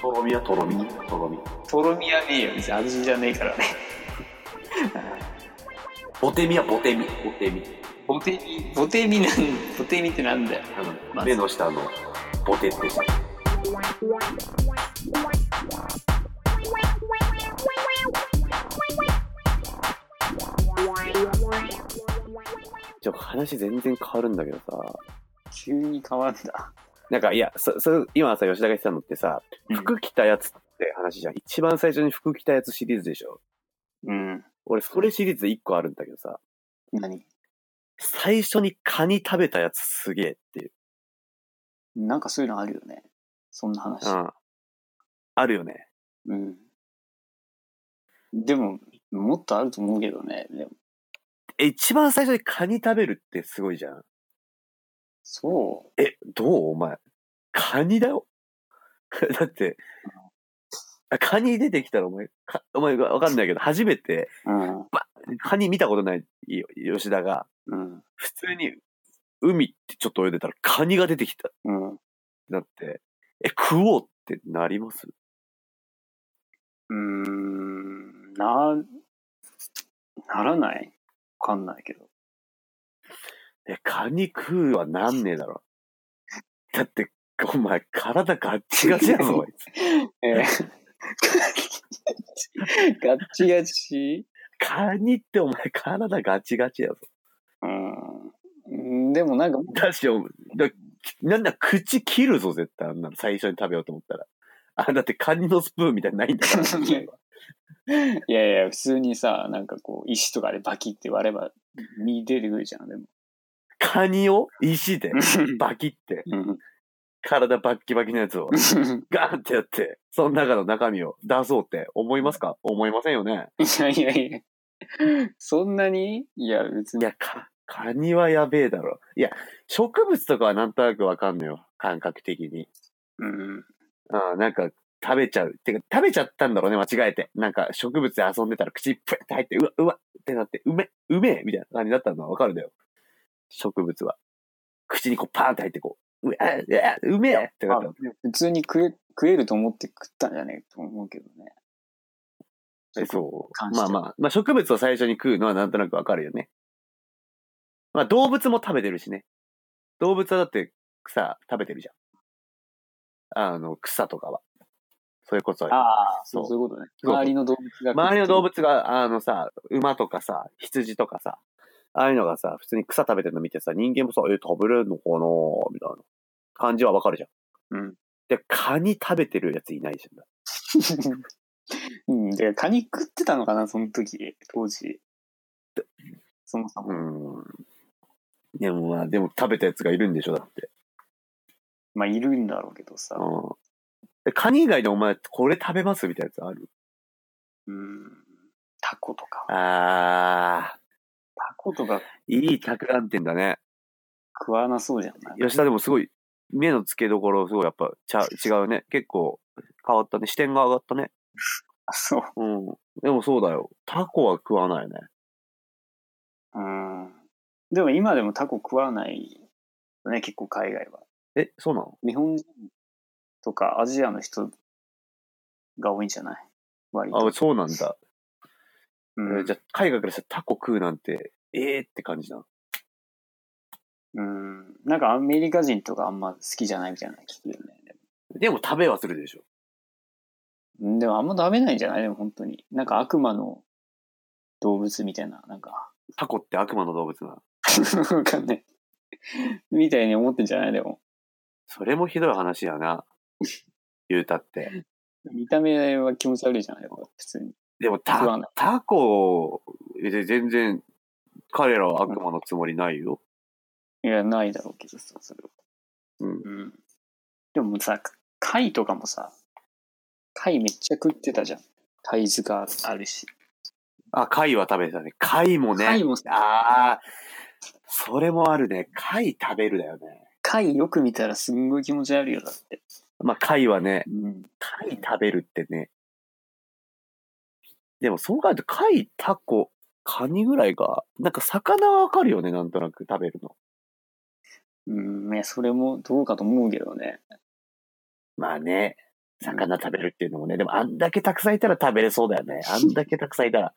とろみやとろみとろみとろみはねえよ別に味じゃねえからねボテミやボテミボテミボテミボテミなんボテミってなんだよあのまず目の下のボテってしたちょ、話全然変わるんだけどさ。急に変わんだなんか、いや、そ、そ、今さ、吉田が言ってたのってさ、うん服着たやつって話じゃん。一番最初に服着たやつシリーズでしょ。うん俺、それシリーズで一個あるんだけどさ、何最初にカニ食べたやつすげえっていう。なんかそういうのあるよねそんな話うん。あるよね。うんでももっとあると思うけどねでもえ、一番最初にカニ食べるってすごいじゃん。そえ、どうお前。カニだよ。 だって、あカニ出てきたらお前、かお前わかんないけど、初めて、ううんカニ見たことないよ吉田が、うん普通に海ってちょっと泳いでたらカニが出てきたってうんなって、え、食おうってなりますうーんな、ならないわかんないけど。え、カニ食うはなんねえだろ。だって、お前体ガッチガチやぞ、あいつ。えー、 ガッチガチカニってお前体ガチガチやぞ。うん。でもなんか、だし、おだなんだ、口切るぞ、絶対。あんなの最初に食べようと思ったら。あ、だってカニのスプーンみたいなのないんだから。いやいや、普通にさ、なんかこう、石とかでバキって割れば、身出てくるじゃん、でも。カニを石で、バキって、うん体バッキバキのやつを、ガーンってやって、その中の中身を出そうって思いますか思いませんよね。いやいやいや。そんなにいや、別いに。や、か、カニはやべえだろ。いや、植物とかはなんとなくわかんのよ。感覚的に。うん。あなんか、食べちゃう。てか、食べちゃったんだろうね、間違えて。なんか、植物で遊んでたら口にプッて入って、うわ、うわってなって、うめ、うめえみたいな感じだったのはわかるんだよ。植物は。口にこう、パーンって入ってこう、うわ、うわうめえってなったの。普通に食え食えると思って食ったんじゃねえと思うけどね。えそ感う。じまあてまあ、まあ植物を最初に食うのはなんとなくわかるよね。まあ動物も食べてるしね。動物はだって草食べてるじゃん。あの、草とかは。それこそ。ああ、そそううそういうことね。そう周りの動物が。周りの動物。物が、あのさ、馬とかさ、羊とかさ、ああいうのがさ、普通に草食べてるの見てさ、人間もさ、え、食べれるのかなみたいな感じはわかるじゃん。うん。で、カニ食べてるやついないじゃん。 うん。で、カニ食ってたのかな、その時、当時。そもそうも。ん。でもまあ、でも食べたやつがいるんでしょ、だって。まあ、いるんだろうけどさ。うん。でカニ以外でお前、これ食べますみたいなやつあるうん。タコとか。あタコとかー、いい着眼点だね。食わなそうじゃない吉田でもすごい、目の付けどころ、すごいやっぱちゃ違うね。結構変わったね。視点が上がったね。あそう。うん。でもそうだよ。タコは食わないね。うん。でも今でもタコ食わないよね、結構海外は。え、そうなの日本人とかアジアの人が多いんじゃない割と。あ、そうなんだ。うえんじゃあ海外からしたらタコ食うなんて、ええー、って感じなの。うん。なんかアメリカ人とかあんま好きじゃないみたいなの聞くよね。でも食べはするでしょ。うんでもあんま食べないんじゃないでも本当に。なんか悪魔の動物みたいな、なんか。 タコって悪魔の動物なの。わかんない。みたいに思ってんじゃないでも。それもひどい話や な。言うたって。見た目は気持ち悪いじゃないでも普通に。でも食わタないタコで全然彼らは悪魔のつもりないよ。いや、ないだろうけどさ、それは。うんうん。でもさ、貝とかもさ、貝めっちゃ食ってたじゃん。貝塚あるし。あ、貝は食べてたね。貝もね。貝もさ、ああ、それもあるね。貝食べるだよね。貝よく見たらすんごい気持ち悪いよ、だって。まあ貝はね、うん。貝食べるってね。でもそう考えると貝、タコ、カニぐらいが、なんか魚はわかるよね、なんとなく食べるの。うん、いや、それもどうかと思うけどね。まあね。魚食べるっていうのもね、でもあんだけたくさんいたら食べれそうだよね。あんだけたくさんいたら。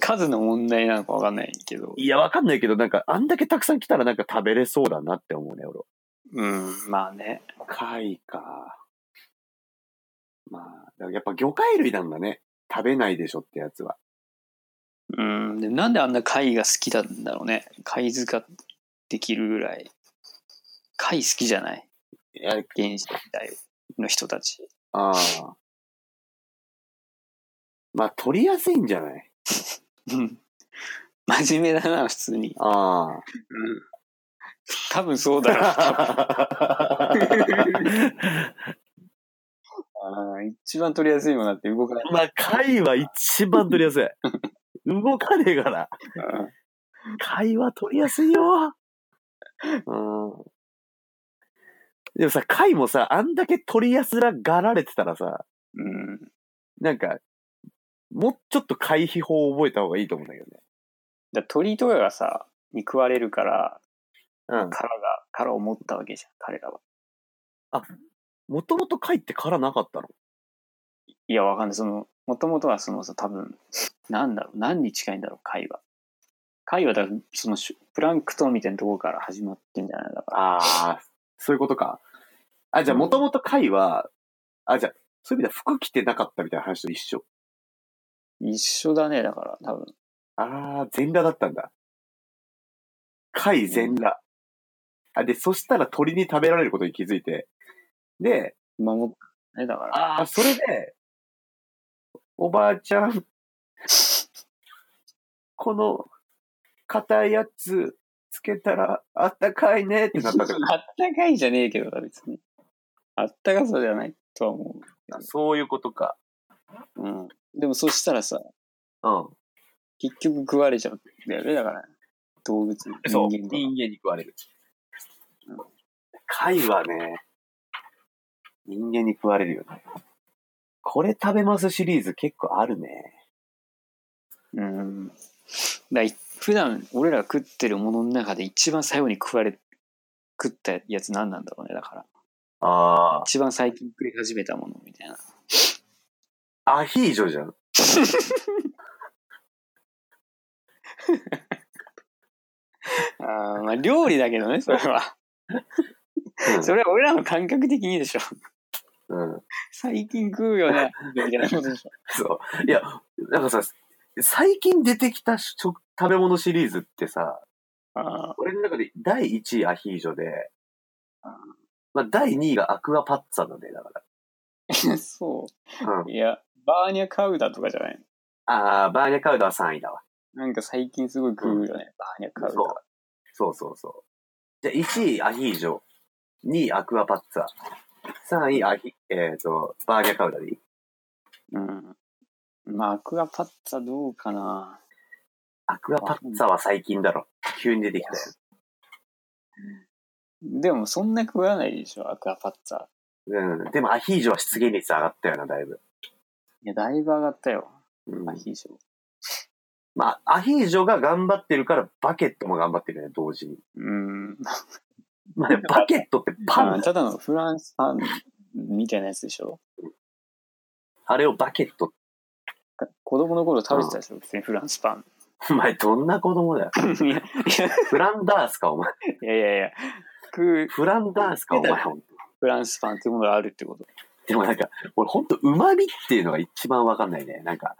数の問題なのかわかんないけど。いや、わかんないけど、なんか、あんだけたくさん来たらなんか食べれそうだなって思うね、俺は。うん、まあね。貝か。まあ、だからやっぱ魚介類なんだね。食べないでしょってやつは。うん、でもなんであんな貝が好きなんだろうね。貝塚できるぐらい。貝好きじゃないいや、原始時代の人たち。ああ。まあ、取りやすいんじゃない うん真面目だな、普通に。ああ。うん。多分そうだろう。あー 一番取りやすいものだって動かない。 まあ、貝は一番取りやすい。動かねえから。貝は取りやすいよ。うん。でもさ、貝もさ、あんだけ取りやすらがられてたらさ、うん。なんか、もうちょっと回避法を覚えた方がいいと思うんだけどね。だ鳥とかがさ、に食われるから、うん。殻が、殻を持ったわけじゃん、彼らは。もともと貝って殻なかったのいや、わかんない。その、もともとはそのさ、多分、なんだろう、何に近いんだろう、貝は。貝はだから、その、しプランクトンみたいなところから始まってんじゃないだから。ああ、そういうことか。あ、じゃあ、もともと貝は、あ、じゃあ、そういう意味では服着てなかったみたいな話と一緒。一緒だね、だから、多分。ああ、全裸だったんだ。貝全裸。あ、で、そしたら鳥に食べられることに気づいて。で、守ったね、だから。ああ、それで、おばあちゃ ん、この硬いやつつけたらあったかいねってなったんだよあったかいじゃねえけどな、別に。あったかさじゃないとは思 そういうことか。う。うん。でもそしたらさ、うん。結局食われちゃうんだよね、だから。動物、人そう。間とか人間に食われる。貝はね、人間に食われるよね。これ食べますシリーズ結構あるね。うん。だい普段俺らが食ってるものの中で一番最後に食われ、食ったやつ何なんだろうね、だから。あ一番最近食い始めたものみたいな。あ。アヒージョじゃん。ああ、まあ料理だけどね、それは。それは俺らの感覚的にでしょ。うん。うん最近食うよね、みたいなことでしょ。そう。いや、なんかさ、最近出てきた食食べ物シリーズってさ、ああ、俺の中で第1位アヒージョで、まあ、第2位がアクアパッツァなんだよ、だかそら。うんう。。いや、バーニャカウダとかじゃないああ、バーニャカウダは3位だわ。なんか最近すごい食うよね、バーニャカウダ。そうそうそうそう。じゃあ、1位アヒージョ、2位アクアパッツァ、3位アヒ、えっ、と、バーニャカウダでいいうん。まあ、アクアパッツァどうかな。アクアパッツァは最近だろ。急に出てきたよ。でもそんな食わないでしょ、アクアパッツァ。うん。でもアヒージョは出現率上がったよな、だいぶ。いや、だいぶ上がったよ、うんアヒージョ。まあ、アヒージョが頑張ってるから、バケットも頑張ってるよね、同時に。うん。まあ、 でもバケットってパあン、ただのフランスパンみたいなやつでしょあれをバケット。子供の頃食べてたでしょ、別にフランスパン。お前、どんな子供だよ。 いやいフランダースか、お前。やいやいや、食うフランダースか、お前。フランスパンってものがあるってこと。 でもなんか、俺ほんと旨味っていうのが一番わかんないね。なんか、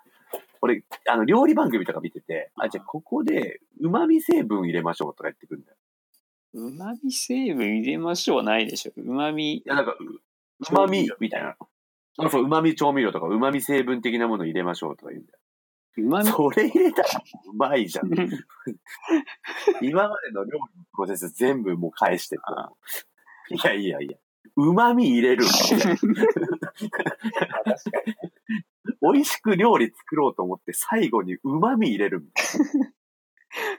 俺、あの、料理番組とか見てて、あ、じゃあここで旨味成分入れましょうとか言ってくるんだよ。うまみ成分入れましょうはないでしょ。うまみい、や、なんか、う旨味みたいな。あそう、旨味調味料とか旨味成分的なもの入れましょうとか言うんだよ。うまみ、それ入れたらうまいじゃん。 今までの料理のプロセス全部もう返してた。いやいやいや。旨味入れ るわ。美味しく料理作ろうと思って最後に旨味入れるみたいな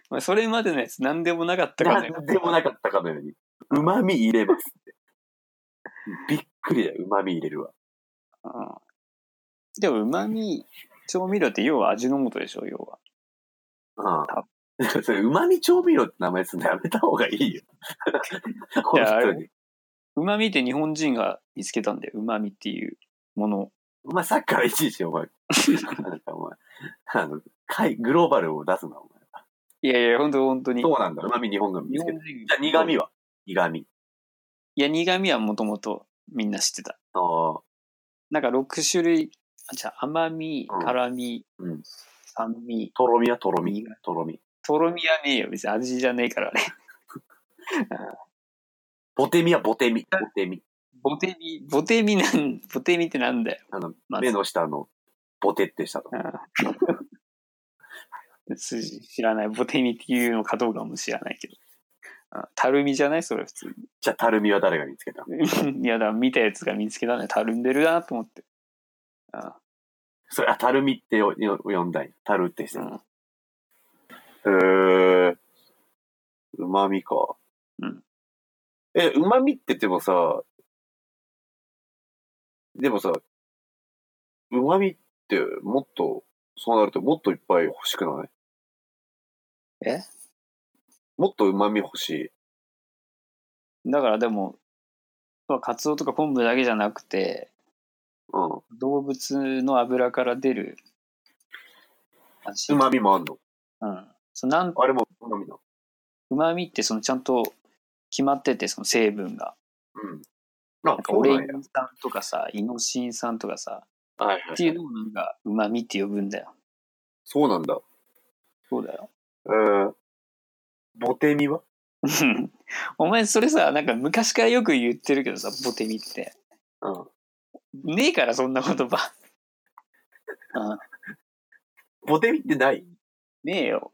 まあそれまでのやつ何でもなかったからね。なんでもなかったかのように、うまみ入れますって。びっくりだよ、うまみ入れるわ。うんでも、うまみ調味料って要は味の素でしょ、要は。 うん。それ、うまみ調味料って名前すんのやめた方がいいよ。本いやあれ当に。旨味って日本人が見つけたんだよ。旨味っていうものを。お前さっきからいちいちお前、 なんかお前、あの、海、グローバルを出すな、おいやいや、本当本当に。前。そうなんだ、旨味日本が見日つけた本。人じゃあ苦味は苦味。いや、苦味はもともとみんな知ってた。ああ、なんか6種類、あ、じゃあ甘み、うん辛み、うん酸味、とろみはとろみ。とろみ。とろみはねえよ。別に味じゃねえからね。ボテミはボテミ。ボテミ。ボテミ、ボテミなん、ボテミってなんだよ。あの、まず目の下の、ボテってしたとこ。うん筋知らない。ボテミっていうのかどうかも知らないけど。あたるみじゃないそれ普通じゃあ、たるみは誰が見つけたに。いや、だから見たやつが見つけたね。たるんでるなと思って。あそれ、あ、たるみってよよ呼んだんや。たるってしてうた。ん、へー。うまみか。うん。え、うまみってでもさ、でもさ、うまみってもっと、そうなるともっといっぱい欲しくないえもっとうまみ欲しい。だからでも、カツオとか昆布だけじゃなくて、うん。動物の油から出る、味うまみもあんの。うん。そのなんあれもうまみなの。うまみってそのちゃんと決まってて、その成分が。うん。ななんんかかそオうレなイんや。ン酸とかさ、イノシン酸とかさ、はいっはていうい。のをなんか、うまみって呼ぶんだよ。そうなんだ。そうだよ。えー、ボテミは お前それさ、なんか昔からよく言ってるけどさ、ボテミって。うん。ねえから、そんな言葉。ボテミってないねえよ。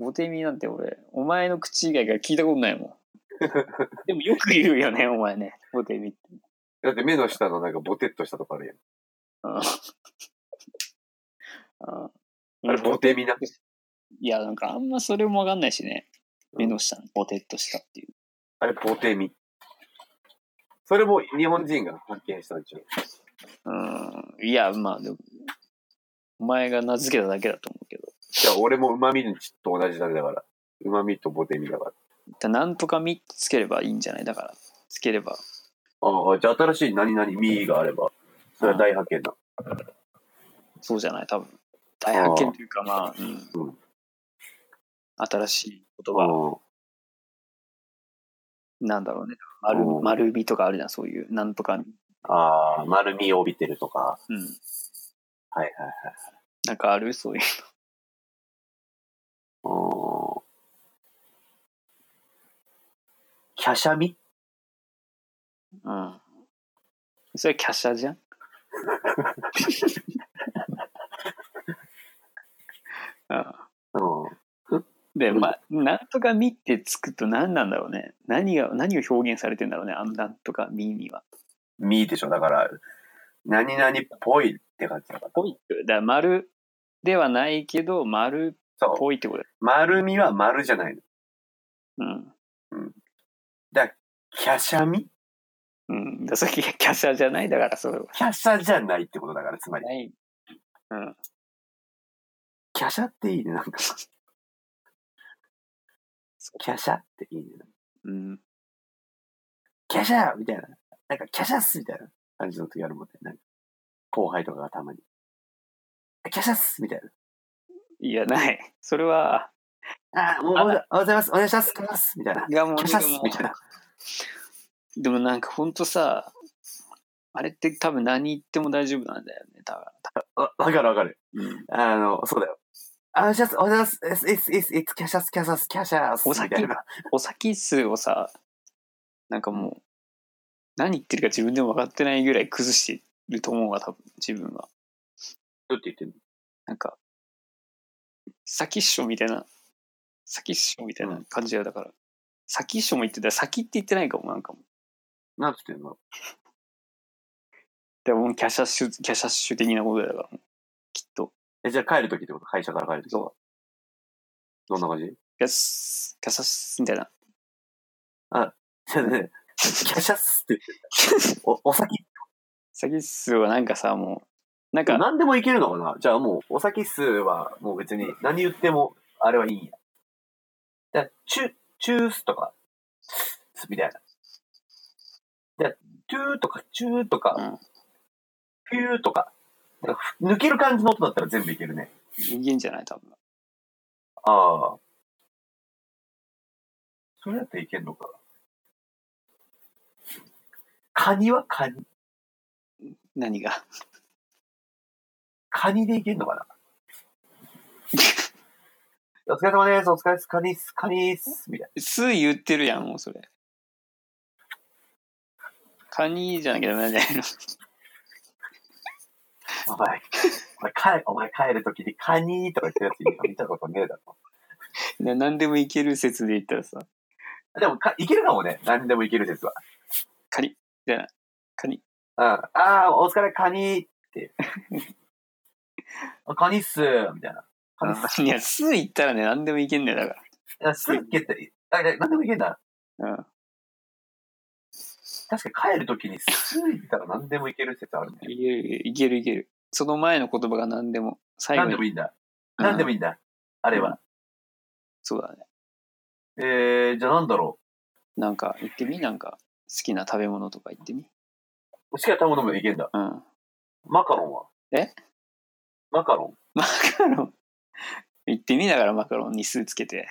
ボテミなんて俺、お前の口以外から聞いたことないもん。 でもよく言うよね、お前ね。ボテミって。だって目の下のなんかボテっとしたとこあるやん。うん。うんあれボテミな。いや、なんかあんまそれもわかんないしね。目の下にボテっとしたっていう。あれ、ボテミ。それも日本人が発見したんちゃううん。いや、まあでも、お前が名付けただけだと思うけど。じゃあ、俺も旨味にちょっと同じだけだから。旨味とボテミだから。だなんとかみってつければいいんじゃないだから、つければ。ああ、じゃあ新しい何々ミがあれば、それは大発見だ。そうじゃない多分。大発見というか、まあ、うん。うん新しい言あ葉、なんだろうね。丸うん丸みとかあるじゃん、そういう。なんとかみ。あー、丸みを帯びてるとか。うん。はいはいなんかあるそういう。はい。キャシャミうん。それ、華奢じゃんうんうん。で、まあ、なんとかみってつくと何なんだろうね。何が、何を表現されてんだろうね、あのなんとかみには。ミでしょ。だから、何々っぽいって感じだから。ぽいってだから丸ではないけど、丸っそう。ぽいってことだ丸みは丸じゃないの。うん。キャシャミうん。ださっき、華奢じゃないだから、それは。キャシャじゃないってことだから、つまり。ない。うん。キャシャっていいね、なんか。キャシャっていいね。うん。キャシャみたいな。なんか、キャシャっすみたいな感じの時あるもんね。なんか、後輩とかがたまに。キャシャっすみたいいや、ない。それは、な。あー、もう、おはようございます。お願いします。お願いします。みたいな。いやもうキャシャっすみたいな。でもなんかほんとさ、あれって多分何言っても大丈夫なんだよね、多わわかるわかる。分。うん。あの、そうだよ。あ、シャス、おはようございます。えすえすえすえすキャシャス、キャシャス、キャシャス。お先みたいな。お先数をさ、なんかもう、何言ってるか自分でも分かってないぐらい崩してると思うわ、多分、自分は。どうやって言ってんのなんか、先っしょみたいな、先っしょみたいな感じだよ、だから。先っしょも言ってたら、先って言ってないかも、なんかもう。なんて言ってんのでももう、キャシャッシュ、キャシャッシュ的なことだから、もうきっと。え、じゃあ帰る時ってこと会社から帰る時は。どんな感じキャス、キャシャッシュみたいな。じゃあね、 キャシャスって言ってんだお、お先先っすはなんかさ、もう、なんか、何でもいけるのかなじゃあもう、お先数はもう別に何言っても、あれはいいんや。だからチュ、チュースとか、みたいな。トゥーとかチューとか、うんピューとか、なんかふ抜ける感じの音だったら全部いけるね。いけんじゃない多分。ああ。それだったらいけんのか。カニはカニ、何が。カニでいけんのかな お疲れ様です、お疲れです、カニっす、カニっす、みたいす言ってるやん、もうそれ。カニじゃなきゃダメなんじゃないのな。お前、お前帰お前帰るときにカニとか言ってるやつ見たことねえだろ。 な何でもいける説で言ったらさ、でもか、いけるかもね、何でもいける説は。カニじゃない。カニ。うん。ああ、お疲れ、カニっていう。あカニっすみたいな。カニっす。いや、す言ったらね、何でもいけんだよ、だかいやすっげって、あ、いやなんでもいけんだ。ら。うん。確かに帰るときにすぐ行ったら何でもいける説あるね。いけるいけるいける。その前の言葉が何でも、最後何に。でもいいんだ。うん何でもいいんだ。あれは。そうだね。えー、じゃあ何だろなんか、言ってみなんか、好きな食べ物とか言ってみ。う。しかたものもいけんだ。うん。 マカロンはえマカロン、マカロン。言ってみながらマカロンに数つけて。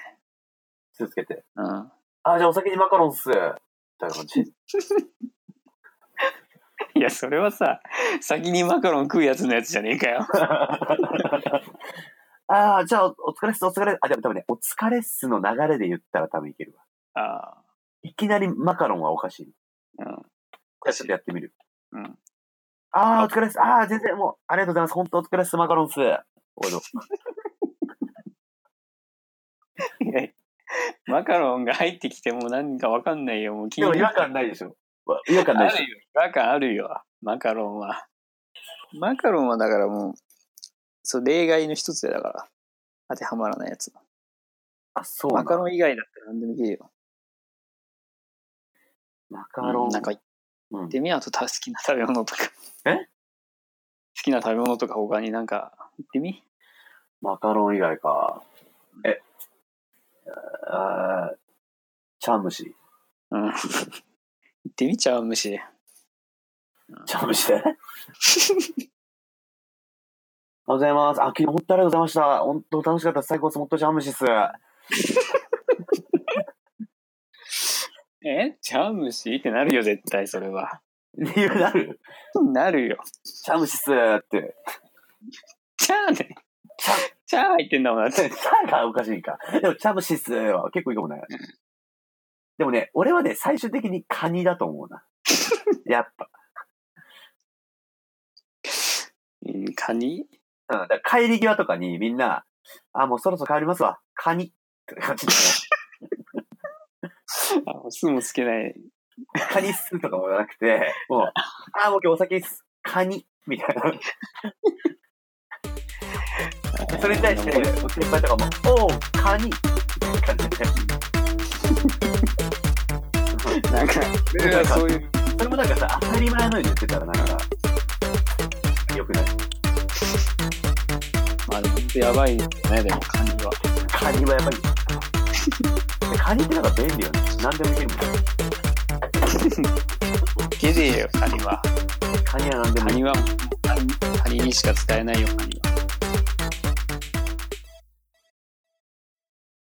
酢つけて。うん。あ、じゃあお酒にマカロンっす。みたいな感 じ。いや、それはさ、先にマカロン食うやつのやつじゃねえかよ。あー、じゃあおお疲れっす、お疲れ。あ、でも多分ね、お疲れっすの流れで言ったら多分いけるわ。あいきなりマカロンはおかしい。あ。うん。じゃあちょっとやってみる。うん。ああ、お疲れっす。ああ、全然もう、ありがとうございます。本当お疲れっす、マカロンっす。おいどういや マカロンが入ってきても何かわかんないよ。もう聞いてでも違和感ないでしょ。わ違和感ないあでしょる。よ。違和感あるよ。マカロンは。マカロンはだからもう、そう、例外の一つでだから。当てはまらないやつ。あ、そうなマんカだロン以外だったら何でもいけるよ。マカロン。なんか言うんってみようとた好きな食べ物とか。え好きな食べ物とか他になんか言ってみマカロン以外か。え、あー茶虫。うん。言ってみちゃう虫。 茶虫で おはようございます。あ、昨日本当ありがとうございました。本当楽しかったです。最高です。本当茶虫っす。えちゃう虫ってなるよ、絶対それは。 理由なるなるよ。茶虫っすって。ちゃーね。ちゃー入ってんだもんだっ茶て。がおかしいんか。でも茶虫っすは結構いいかもね。でもね、俺はね、最終的にカニだと思うな。やっぱ。うん、カニうん、だから帰り際とかにみんな、あ、もうそろそろ帰りますわ。カニ。って感じで、あ、酢もつけない。カニっすとかもなくて、もう、あ、もう今日お酒っす。カニ。みたいな。それに対して、うちの先輩とかも、おう、カニ。って感じで。なんか、なんかそういう、それもなんかさ、当たり前のように言ってたらなんか、よくない。まあ、ほんとやばいね、でも、カニは。カニはやっぱり。でカニってなんか便利よね。何でもいけるもん。ゲデよ、カニは。カニは何でもカいいニは、カニカニにしか使えないよ、カニは。